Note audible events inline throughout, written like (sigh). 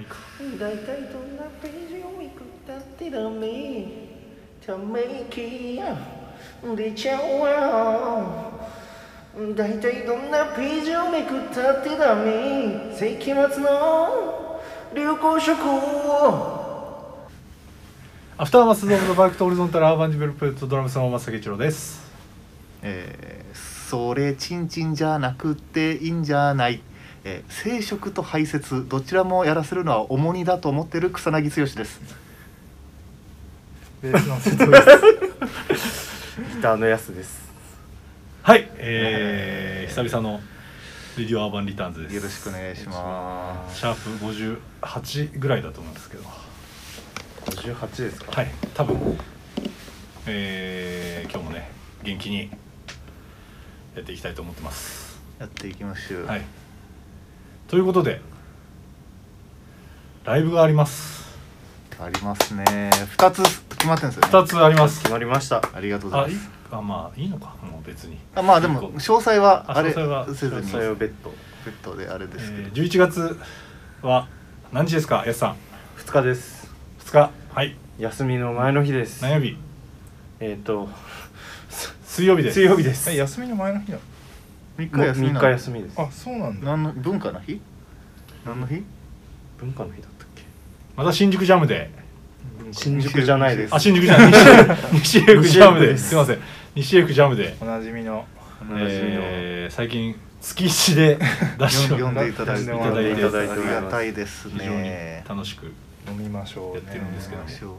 いか大体どんなページをめくったってダメため息や出ちゃうわ大体どんなページをめくったってダメ世紀末の流行色をアフターマスドームのバイクとオリゾンタルアーバンジベルプレートドラムスの松崎一郎ですえーそれチンチンじゃなくていいんじゃない、えー生殖と排泄どちらもやらせるのは重荷だと思ってる草薙剛ですベースの瀬戸ですギターのやすですはいえー、久々のレディオアーバンリターンズですよろしくお願いしまシャープ58ぐらいだと思うんですけど58ですかはい多分えー、今日もね元気にやっていきたいと思ってますすやっていきましょう、はいということでライブがありますありますね2つ決まってるんですよ2ねつあります決まりましたありがとうござあいいまいすあまあいいのかもう別にあまあでも詳細はああれ詳細はせずにそれをベッ別途ドであれですけどえー、11月は何時ですかやすさん2日です2日はい休みの前の日です何曜日えっ、と水曜日です水曜日ですえ休みの前の日だ3日休み3な日の休みですあそうなんだ何の文化の日何の日文化の日だったっけまた新宿ジャムで新宿じゃないですあ新宿じゃない西西江区ジャム西江区でですすいません西江区ジャムで、おなじみのえー、最近月一で出しを読んでいただいて読んでいただあいておりりますがたいです非常にね楽しく飲みましょう、ね、やってるんですけどどうでしょうね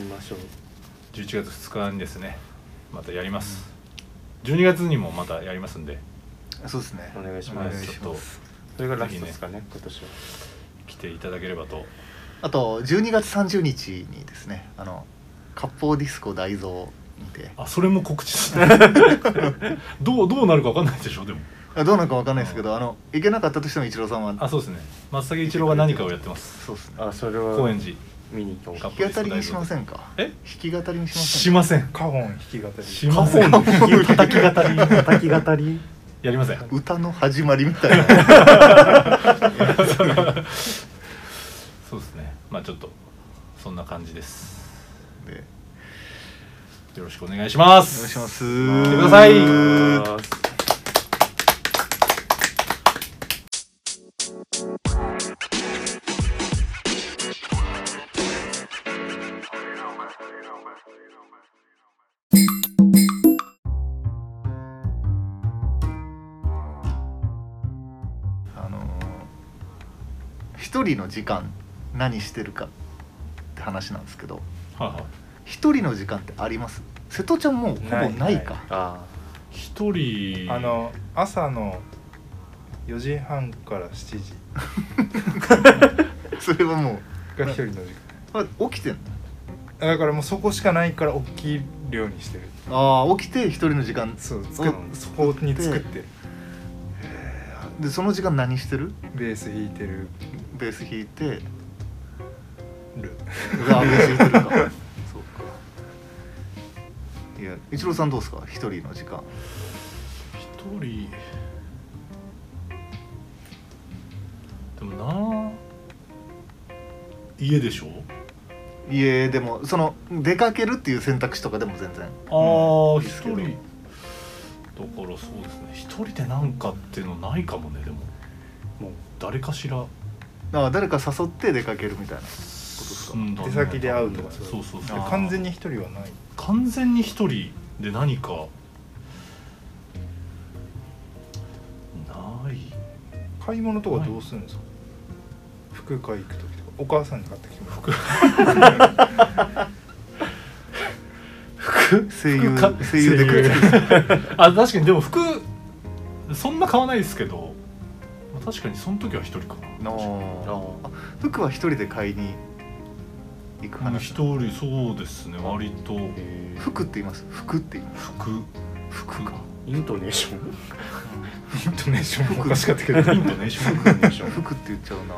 飲みましょう11月2日にですねまたやります、12月にもまたやりますんでそうですねお願いしまあまお願いすちしょっまとすそれがラストですかね今年は来ていただければとあと12月30日にですねあの割烹ディスコ大蔵にてあそれも告知するどうどうなるかわかんないでしょでもあどうなるかわかんないですけどあの行けなかったとしても一郎さんはあそうですね松崎一郎が何かをやってますそうですねあそれは高円寺見に行こうか弾き語りにしませんかえ弾き語りにしませしませんかんカホン弾き語りしません叩き語り叩き語りやりません歌の始まりみたいなそうですねまあちょっとそんな感じですでよろしくお願いしますお願いします来てくださいあのー一人の時間何してるかって話なんですけどはいはい一人の時間ってあります瀬戸ちゃんもうほぼないかあ一人あの朝の4時半から7時それはもうが一人の時あ起きてんの間だからもうそこしかないから大きい量にしてるああ起きて一人の時間そう作っうんそこに作ってるでその時間何してるベース弾いてるベース弾いて (laughs) るうわベース弾いてるか (laughs) そうかいや一郎さんどうですか一人の時間一人でもな家でしょいえでもその出かけるっていう選択肢とかでも全然ああいいっ一すけ人どだからそうですね一人でなんかっていうのないかもねでももう誰かしらだから誰か誘って出かけるみたいなことですか、うんだね出先で会うとかそうそうそうあー完全に一人はない完全に一人で何かない買い物とかどうするんですか、服買い行く時とかお母さんに買ってきてもらう声優服か声優でくれ声あ確かにでも服そんな買わないですけど、まあ、確かにその時は一人かなの服は一人で買いに行くうん話一人そうですね割と服って言います服って言います服服かーイントネーションイントネーションもおかしかったけどイントネーシ (laughs) (laughs) ョン服って言っちゃうな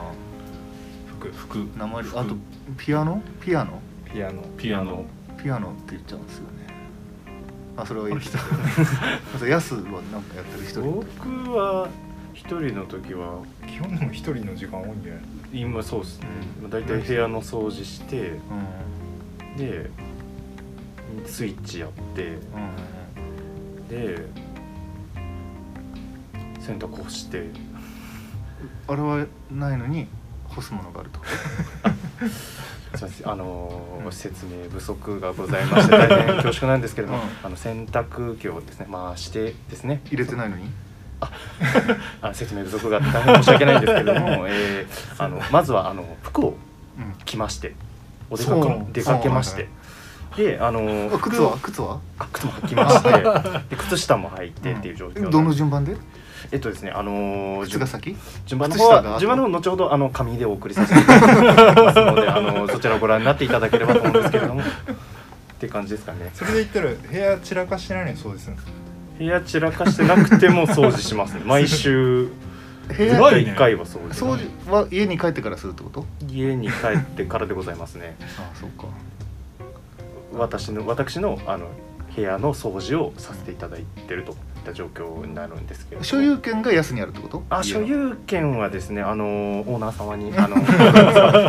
服服鉛服あとピアノピアノピアノピアノピアノって言っちゃうんですよね (laughs) あそれはいいですあとヤスはなんかやってる一人僕は一一人の時は基本でも一人の時間多いんじゃない今そうですねだいたい部屋の掃除してでスイッチやってうんで洗濯干してあれはないのに干すものがあ (laughs) るとすいませんあのー説明不足がございまして大変恐縮なんですけれども、うんあの洗濯機をですね回してですね入れてないのにあ説明不足があって大変申し訳ないんですけれど (laughs) も、えーあのまずはあの服をう着ましてお出そうかなけの出かけましてであのんあー靴服はを靴はあ靴も履きましてで靴下も履いてっていう状況なんでどの順番でえっとですねあのー靴が先順番の方は靴下順が番の方は後ほどあの紙でお送りさせていただきますので (laughs) あのそちらをご覧になっていただければと思うんですけれどもっていう感じですかねそれで言ったら部屋散らかしてないのにそうでするんですか部屋散らかしてなくても掃除しますね毎週部うま屋い1回は掃除掃除は家に帰ってからするってこと家に帰ってからでございますねああそうか私の私のあの部屋の掃除をさせていただいてるといった状況になるんですけれども所有権が安にあるってことあ家の所有権はですねあのオーナー様にあの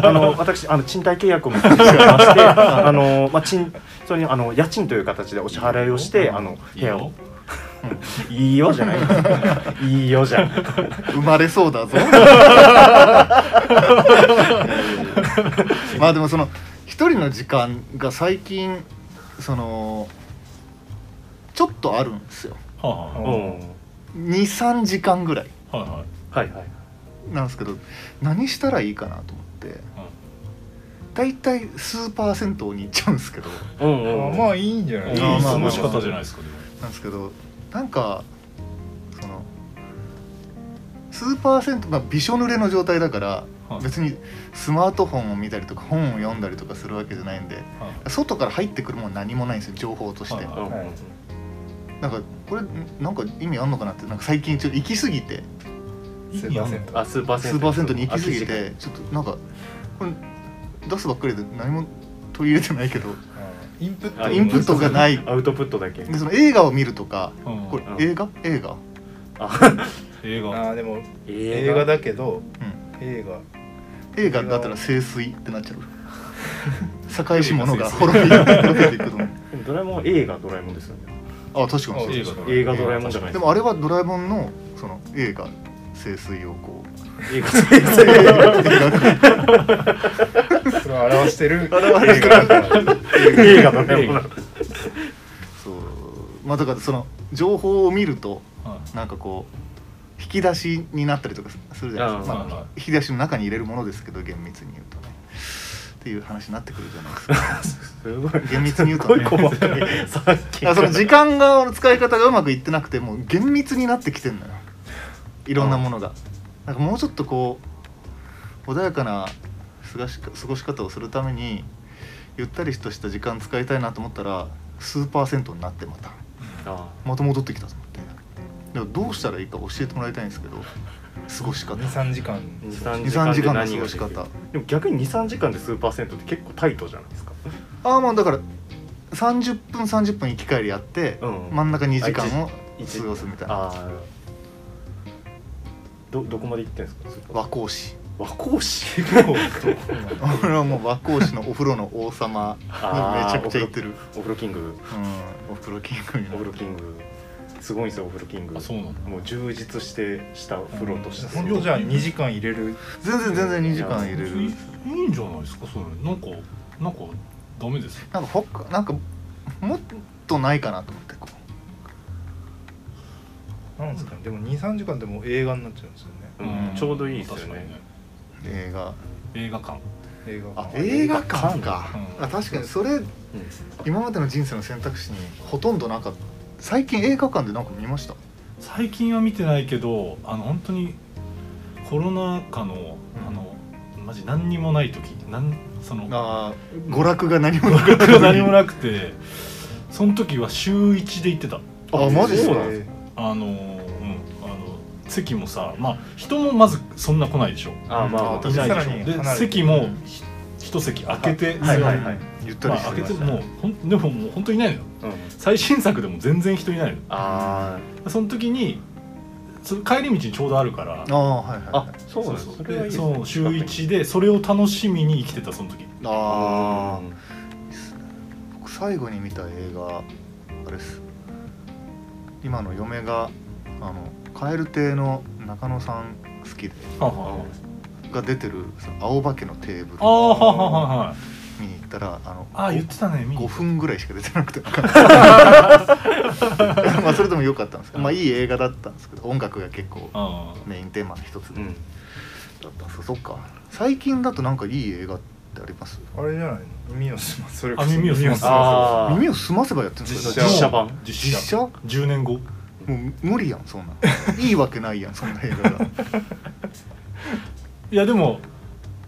あの私あの賃貸契約を結んでおりましてあのまあ賃それにあの家賃という形でお支払いをしてあの部いい屋よをいいよじゃないいいよじゃん生まれそうだぞまあでもその一人の時間が最近そのちょっとあるんですよはういん23時間ぐらいはいはいはいはいなんですけど何したらいいかなと思って大体スーパー銭湯に行っちゃうんですけどうんあうんまあいいんじゃないいいあーまあ過まごあし方じゃないですかでもなんですけどなんかそのスーパー銭湯がびしょ濡れの状態だからはい別にスマートフォンを見たりとか本を読んだりとかするわけじゃないんではい外から入ってくるもん何もないんですよ情報としてはいうんうんなんかこれなんか意味あんのかなってなんか最近ちょっと行き過ぎてスーパーセントあスーパーセントスーパー銭湯に行き過ぎてちょっとなんかこれ出すばっかりで何も取り入れてないけどインプッあトインプットがないアウトプットだけでその映画を見るとかうんこれうん映画映画あ映画あーでも映映画画だだけどうん映画映画だったら清水ってなっちゃう堺市物が滅び滅びていくのドラえもん映画ドラえもんですよねあ確かにそう映画映画ドラえもんじゃないでもあれはドラえもんのその映画清水をこう映画先生それを表してる表映して画だから映画ドラえもんそうまあだからその情報を見るとはいなんかこう引き出しになったりとかするじゃないですか、あまああまあ、引き出しの中に入れるものですけど厳密に言うとねっていう話になってくるじゃないですかすごい (laughs) 厳密に言うとすごいね細かいさっきだからその時間が使い方がうまくいってなくてもう厳密になってきてんのよいろんなものが、なんかもうちょっとこう穏やかな過ごし過ごし方をするためにゆったりとした時間使いたいなと思ったらスーパー銭湯になってまたあまた戻ってきたと思ってでもどうしたらいいか教えてもらいたいんですけど過ごし方23時間23 23時時間間ので過何ごがしし方方でも逆に23時間で数パーセントって結構タイトじゃないですかああまあだから30分30分行き帰りやって、うん真ん中2時間を一過ごすみたいなああどどこまで行ってんですかスーパー和光市和光市 (laughs) 結構そうなんだ俺はもう和光市のお風呂の王様にめちあーゃくちゃ行ってるお風呂キングうんお風呂キングにお風な呂キングすごいんですよお風呂キングあそうなんだもう充実してしたお風呂として本当じゃあ2時間入れる全然全然2時間入れいるいいんじゃないですかそれなんかなんかダメですなんかほかなんかもっとないかなと思ってこなんですかねでも23時間でも映画になっちゃうんですよねうんうんちょうどいいですよ確かにねう映画映画館映画あ館映画館か、うんあ確かにそれ今までの人生の選択肢にほとんどなかった最近映画館でなんか見ました最近は見てないけどあの本当にコロナ禍のうんあのマジ何にもない時なんそのあー娯楽が何もな (laughs) かっ僕たが何もなくてその時は週一で行ってたあマジっすかそうなんですあのーうんあの席もさまあ人もまずそんな来ないでしょあーまあうんいないでさらにしょで離れて席もひ一席開けてはいはい座はいるゆったまりあして開けてました、もうほんでももう本当いないのようん最新作でも全然人いないあのその時にその帰り道にちょうどあるからああはいはいはいあそうなんですそうそそれはいでいですその週1でそれを楽しみに生きてたその時ああーー僕最後に見た映画あれです今の嫁があの蛙亭の中野さん好きでああが出てるその青化けのテーブルああはいはいはいはい見に行ったらあのああ言ってたね見に5行っ分ぐらいしか出て (laughs) なくてまあそれでも良かったんですけど、まあ、いい映画だったんですけど音楽が結構たああメインテーマの一つだうんったんですそっか最近だとなんかいい映画ってありますあれじゃないの耳をすまそれあ耳をすませああ耳をを澄ませばやってるんです実か写じゃあ版実実写写も10年後う無理やんそ (laughs) んなんいいわけないやんそんな映画がいやでも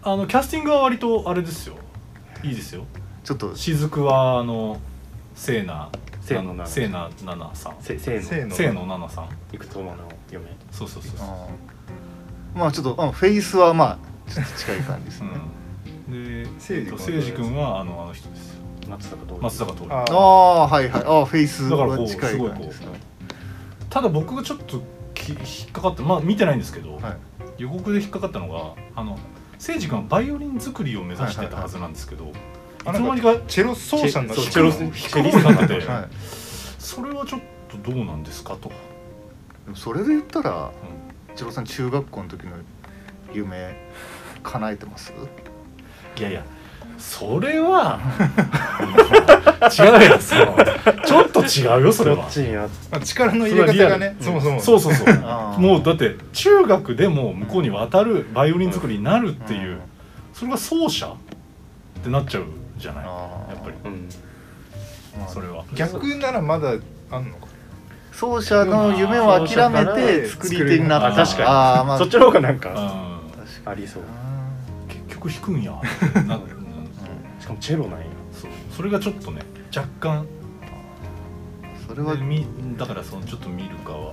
あのキャスティングは割とあれですよいいですよちょっと雫はあの聖な清野菜聖な奈々さんせせーせの聖の奈々さん生駒の嫁そうそうそうそうあーまあちょっとあフェイスはまあちょっと近い感じですね、うん、でせいじえっ君とはせいじ君はあのあの人ですよ松坂桃李松坂桃あ李ーああはいはいあーフェイスだからはこう近すいごい感じこですねうただ僕がちょっとき引っかかったまあ見てないんですけど、はい予告で引っかかったのがあのせいじ君はバイオリン作りを目指してたはずなんですけど、いあつなのん間かにかチェロ奏者になっそうてチェロる引っチかかェリってスなくて、はいそれはちょっとどうなんですかと、でもそれで言ったら一郎さん中学校の時の夢叶えてますいやいやそれは (laughs) 違うよその (laughs) ちょっと違うよそれどはっちになっまあ力の入れ方がねそもそもそうそうそうあーもうだって中学でも向こうに渡るバイオリン作りになるっていう、うんそれが奏者ってなっちゃうじゃないあーやっぱりうんまあそれは逆ならまだあんのか奏者の夢を諦めて作り手になったあ確かにあーまあそっちの方がなんかう確かありそうににな結局弾くんやな、うんうしかもチェロなんやそうそれがちょっとね若干んそれはでみだからそのちょっと見るかは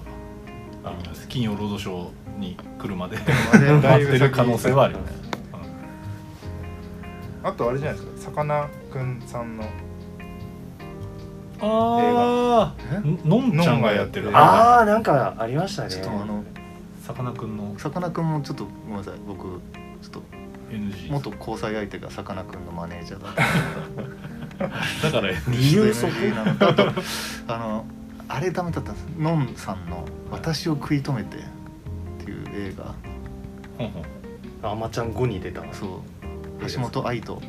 あの金曜ロードショーに来るまでまあ待ってる可能性はあります、あとあれじゃないですかさかなクンさんのうんああのんちゃんがやってるのんがあやってるあなんかありましたねちょっとあのさかなクンのさかなクンもちょっとごめんなさい僕ちょっと NG 元交際相手がさかなクンのマネージャーだっただから理 (laughs) 由そこ NG なのとあとあのあれダメだったんですのんさんの「私を食い止めて」っていう映画ほんほんあまちゃん5に出たそう橋本愛と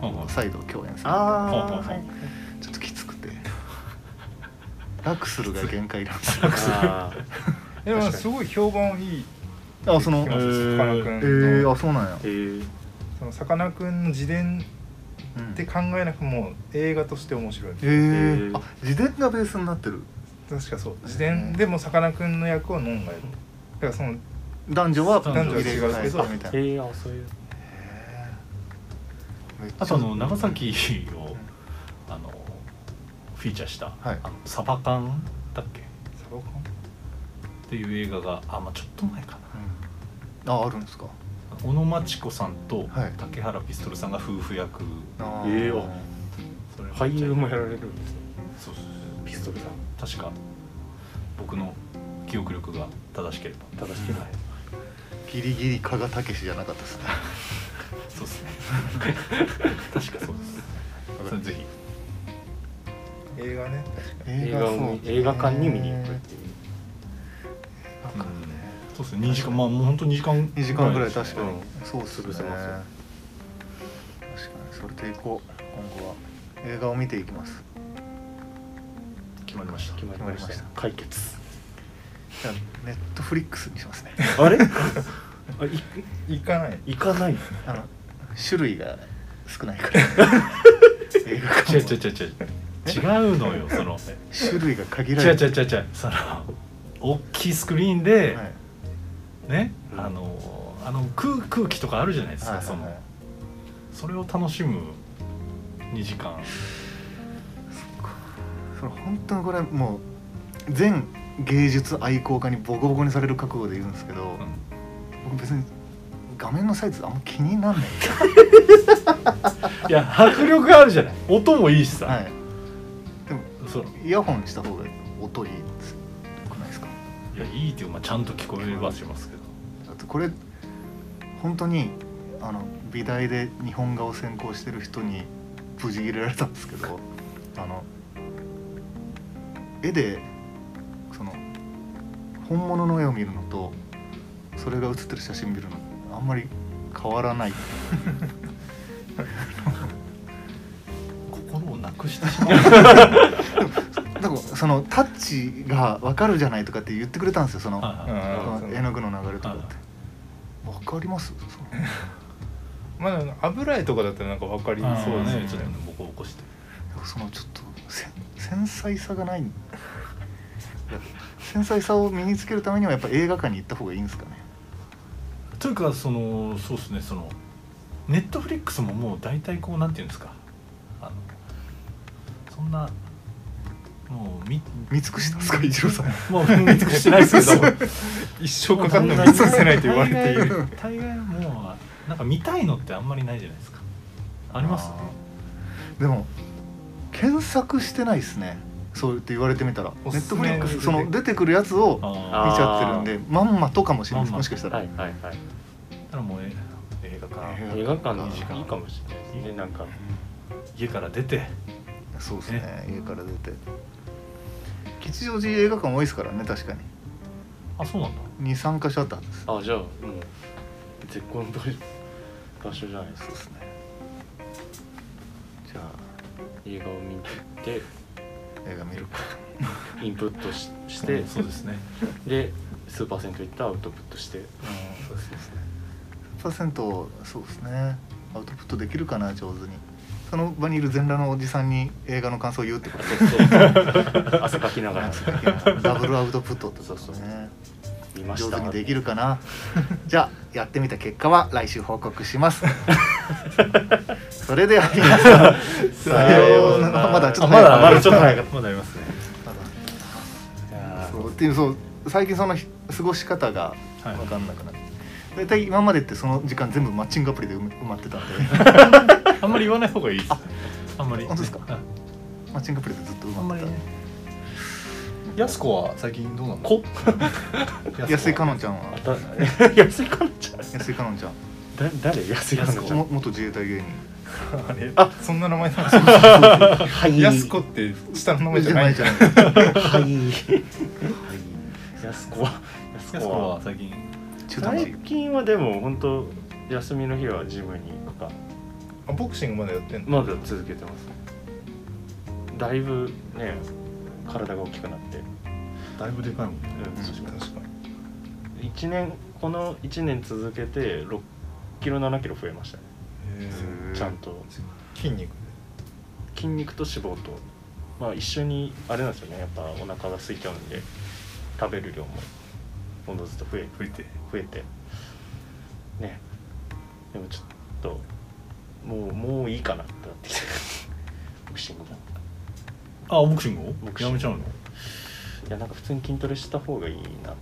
ほんほん再度共演するあーーはいちょっときつくて楽するが限界なんですよあでも確かにすごい評判いいあその聞きえまへしーたさかなー、クンのあそうなんやー、えそのさかなクンの自伝うんって考えなくもう映画として面白いえーえーあ自伝がベースになってる確かそう自伝でもさかなクンの役をノンがやるだからその男女は男女は入れ替え違うけどたみたいなえー、あそういうめっちゃあとあの長崎をんあのフィーチャーした「はいあのサバカン」だっけっサバ缶ていう映画があ、まあ、ちょっと前かなうんああるんですか小野真知子さんとはい竹原ピストルさんが夫婦役あえーあそれ俳優もやられるんですねそうそうピストルさんそう確か僕の記憶力が正しければ正しくないギリギリ加賀武史じゃなかったですねそうですね (laughs) 確かそうですそれぜひ映画ね映画そうを映画館に見に行くっていううんそうですね2時間まあもう本当2時間2時間ぐらい確かに、うそうっすね潰せますよ確かにそれでいこう今後は映画を見ていきます決まりました決まりましたよ決解決じゃあネットフリックスにしますね (laughs) あれあい行かない行かないあの種類が少な (laughs) いから映画館違う違もう違う違う違うのよその種類が限ら違うれ違てう違う違うその大きいスクリーンで、はいね、うんあのあの空空気とかあるじゃないですか、はいはいはいそのそれを楽しむ2時間その本当にこれはもう全芸術愛好家にボコボコにされる覚悟で言うんですけど、うん僕別に画面のサイズあんま気になんない、 (laughs) いや迫力があるじゃない音もいいしさ、はい、でもそうイヤホンした方が音いいですよくないですかいいやいいっていうかまあちゃんと聞こえはしますけどだってこれ本当にあの美大で日本画を専攻してる人に無事入れられたんですけど (laughs) あの絵でその本物の絵を見るのとそれが写ってる写真見るのあんまり変わらない心をなくしてしまうなんかそのタッチが分かるじゃないとかって言ってくれたんですよそ (laughs) のはいはいうんその絵の具の流れとかって分かりますそのまだ油絵とかだったらなんかわかりあーそうですねちょっとねボコボコしてそのちょっとせ繊細さがない繊細さを身につけるためにはやっぱ映画館に行った方がいいんですかねというかそのそうですねそのネットフリックスももう大体こうなんていうんですかあのそんなもうみ見尽くしたんですか一郎さん (laughs) もう見尽くしてない (laughs) ですけど一生かかんない見させないと言われている大概大概もうなんか見たいのってあんまりないじゃないですかありますでも検索してないですねそう言って言われてみたらネおすッすトフめリックスその出てくるやつを見あああちゃってるんでまんまとかもしれないですまんまもしかしたら、はいはいはいだからもうえ映画か映映画館のいいいい時か間もしれないですねなんか家から出てそうですね家から出て吉祥寺映画館多いですからね確かあそうなんだに23箇所あったんですあじゃあもう絶好の場所じゃないですそかうですねじゃ映画を見に行ってあ映画見るかインプットししてうんそうですねで数パーセントいったらアウトプットしてうん、そうですね。パーセントそうですね。アウトプットできるかな上手に。その場にいる全裸のおじさんに映画の感想を言う (laughs) ってことですね。 (laughs) 汗かきながらダブルアウトプットってことですそうそうね。見まし上た手にできるかな。 (laughs) じゃあやってみた結果は来週報告します。それでは皆さんさようなら。まだちょっ (laughs) とま早いだまだちょっと早かったまだありますねまだいやそうっていうそう最近その過ごし方がはい分かんなくなって、大体今までってその時間全部マッチングアプリで埋め埋まってたんで (laughs) ーあんまり言わない方がいいですねあんまり本当ですかねマッチングアプリでずっと埋まってたんでやすこは最近どうなのこ安井かのんちゃんはだ安いかのちゃん安井かのんちゃんだ誰安いかのちゃんも元自衛隊芸人あそんな名前なんですかはいやすこって下の名前じ (laughs) ゃな (laughs) いじゃんじゃないはいやすこはやすやすここはは最近中途半端最近はでも本当休みの日はジムに行くかあボクシングまでやってんのまだ続けてますねだいぶね体が大きくなって、だいぶでかいもんね確かに確かうん、1年この1年続けて6キロ7キロ増えましたねにちゃんと筋肉筋肉と脂肪とまあ一緒にあれなんですよねやっぱお腹が空いちゃうんで食べる量もどんどんずっと増え増えて増えてねでもちょっともうもういいかなってなってきて (laughs) ボクシングもあボクシングをボクシングやめちゃうのいやなんか普通に筋トレした方がいいなって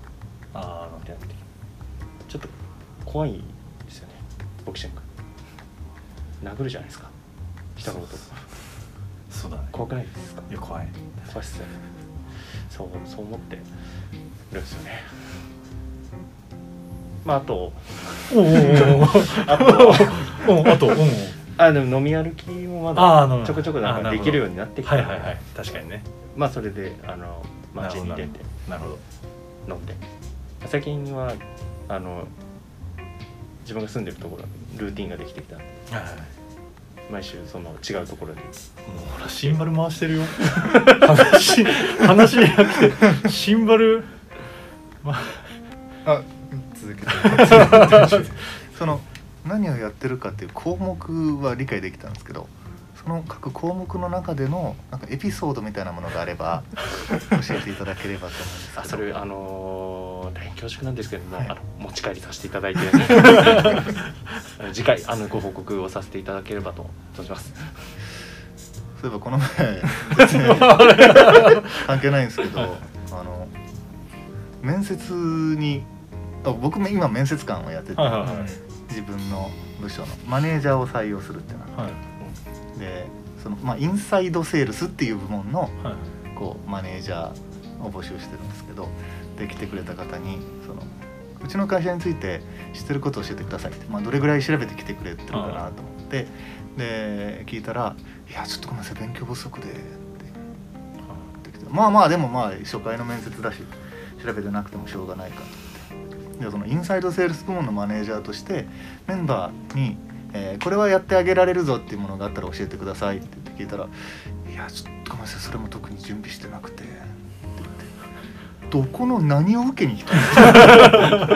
あなってきてちょっと怖いですよねボクシング殴るじゃないですか人のことあそうだね怖くないですかいや怖いそうですよねそうそう思ってるんですよねまああとおおあとおおあとおおあでも飲み歩きもああまなるほどだちょこちょこなあんなかるでほどきるようになってきてはいはいはい確かにねまあそれであの街にな出るてなるほど飲んで最近はあの自分が住んでるところルーティンができてきたんではいはい毎週その違うところにもうほらシンバル回してるよ話話になってシンバルまあ続けてその何をやってるかっていう項目は理解できたんですけどその各項目の中でのなんかエピソードみたいなものがあれば教えていただければと思うんですけどあそれあのー、大変恐縮なんですけども、はいあの持ち帰りさせていただい (laughs) てあの次回あのご報告をさせていただければと存じますそういえばこの前 (laughs) 全然関係ないんですけどあの面接にあ僕も今面接官をやってて、はいはいはい自分の部署のマネージャーを採用するってなっはいてでその、まあ、インサイドセールスっていう部門のはいこうマネージャーを募集してるんですけどで来てくれた方にそのうちの会社について知ってることを教えてくださいって、まあ、どれぐらい調べてきてくれてるかなと思ってで聞いたら「いやちょっとごめんなさい勉強不足で」って言ってきてまあまあでもまあ初回の面接だし調べてなくてもしょうがないかと思ってでそのインサイドセールス部門のマネージャーとしてメンバーに、えーこれはやってあげられるぞ」っていうものがあったら教えてくださいって言って聞いたら「いやちょっとごめんなさいそれも特に準備してなくて」って言って。どこの何を受けに来たの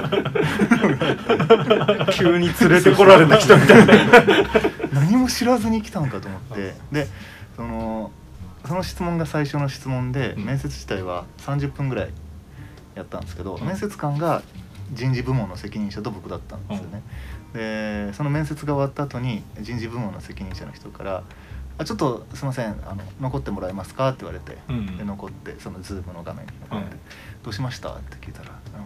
急に連れてこられた人みたいな何も知らずに来たのかと思ってでそのその質問が最初の質問で、うん面接自体は30分ぐらいやったんですけど、うん面接官が人事部門の責任者と僕だったんですよね、でその面接が終わった後に人事部門の責任者の人から「あちょっとすいませんあの残ってもらえますか?」って言われて、うんうんで残ってそのズームの画面に残って、うんどうしました?」って聞いたら「あの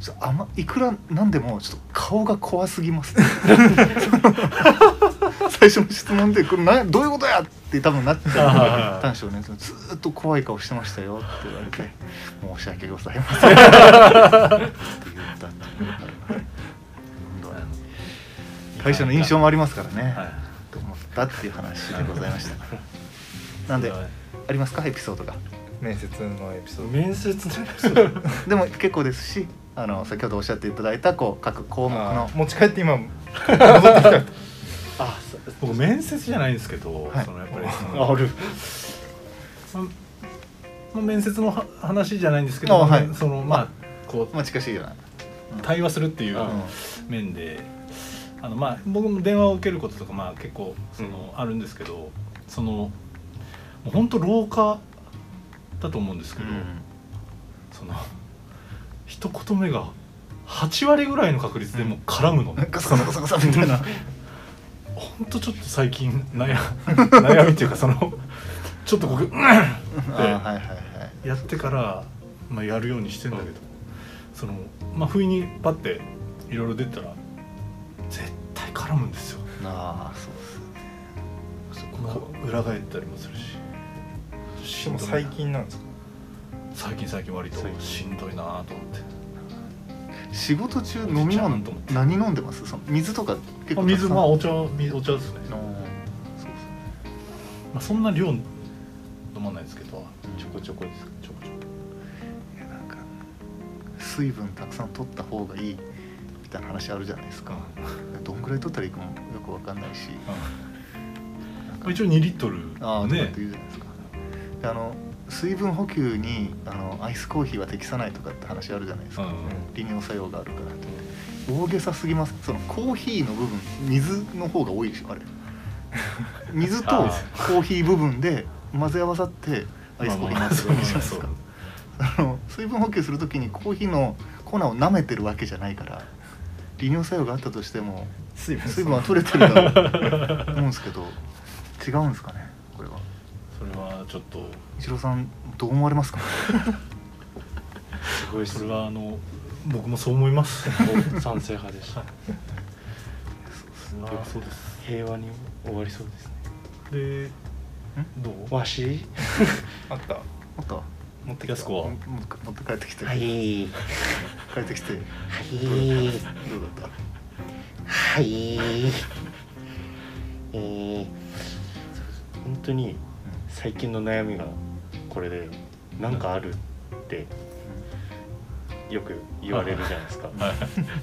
ちょっとあんまいくらなんでもちょっと顔が怖すぎ (laughs) ます」最初の質問で「これなどういうことや?」って多分なってあー短所ねずーっと怖い顔してましたよって言われ (laughs) て「申し訳ございません」って言ったって会社の印象もありますからね、はいと思ったっていう話でございましたなんでありますかエピソードが面接のエピソード面接のでも結構ですしあの先ほどおっしゃっていただいたこう各項目あのー持ち帰って今戻ってきたあそ僕面接じゃないんですけど、はいそのやっぱりそのあるまま面接のは話じゃないんですけあど、はいそのまあこうまあ近しいような対話するっていうあ面で、あのまあ僕も電話を受けることとかまあ結構その、あるんですけど、そのもう本当廊下だと思うんですけうど、んその一言目が8割ぐらいの確率でもう絡むの、なんかそのガサガサみた (laughs) いなほんとちょっと最近悩 (laughs) 悩みっていうかそのちょっとこうあーはいはいはいやってから、まあ、やるようにしてんだけど、そのまあ不意にパッていろいろ出たら絶対絡むんですよああそうですねそこが裏返ったりもするししでんもどいな最近なんですか最近最近割としんどいなと思って仕事中飲みおじちゃん物と思って何飲んでますその水とか結あ構水まああお茶水お茶ですね、まあ、そんな量飲まないですけどちょこちょこですちょこちょこなんか水分たくさん取った方がいいみたいな話あるじゃないですかどんぐらい取ったらいいかもよくわかんないしまあ一応2リットルああとかってね言うじゃないですかであの水分補給にあのアイスコーヒーは適さないとかって話あるじゃないですうか、ん利尿作用があるからって大げさすぎますそのコーヒーの部分水の方が多いでし (laughs) ょあれ水とコあーヒー部分で混ぜ合わさってアイスコーヒーになってるわけじゃないですかまあまあの水分補給する時にコーヒーの粉を舐めてるわけじゃないから利尿作用があったとしても水分水分は取れてるだろうと思うんですけど違うんですかねこれはそれはちょっと一郎さんどう思われます (laughs) かすごいそそれれはあの僕もそう思います賛成派でしたあーそうです (laughs) 平和に終わりそうですねでどうわしあったあった持ってきたやす子はも持って帰ってきて、はい帰ってきてどはいどうだったはいえー本当に最近の悩みがこれでなんかあるってよく言われるじゃないですかはい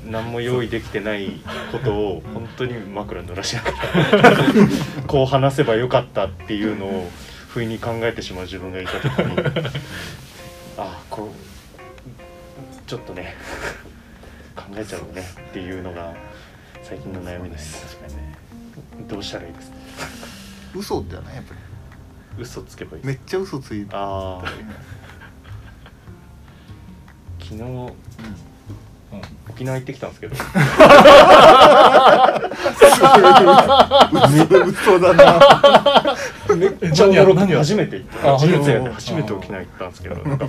何も用意できてないことを本当に枕濡らしながらこう話せばよかったっていうのを不意に考えてしまう自分がいた時にああこうちょっとね考えちゃうねっていうのが最近の悩みです確かにねどうしたらいいですか嘘だよねやっぱ嘘つけばいいりでめすっちゃ嘘ついたああ昨日うん沖縄行ってきたんですけど嘘だなめっちゃ驚何くを初めて行ったあ人生あであ初めて沖縄行ったんですけどなんか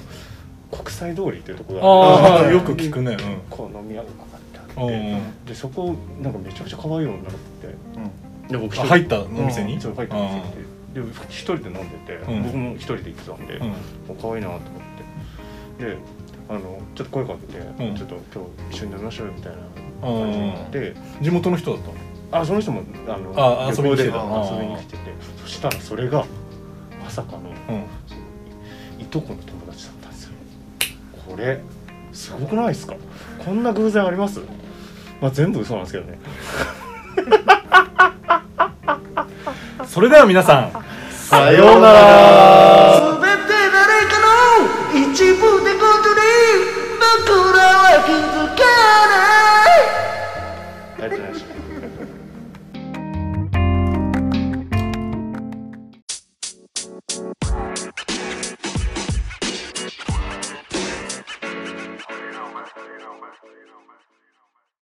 国際通りっていうところがあっああよく聞くねてこう飲み屋がかかってあうんうんってでそこなんかめちゃくちゃ可愛い女の子ってうんで僕一あ人入ったお店にそう入ったんですよで一人で飲んでてうん僕も一人で行ってたんでうんもう可愛いなと思ってでああのちょっと声かけて、うんちょっと今日一緒に飲みましょうよみたいなうん感じになって、地元の人だったのあその人もあのあ遊びに来て旅た行であ遊びに来ててそしたらそれがまさかのうんいとこの友達だったんですよこれすごくないですかこんな偶然ありますまあ全部嘘なんですけどねそれでは皆さんさようなら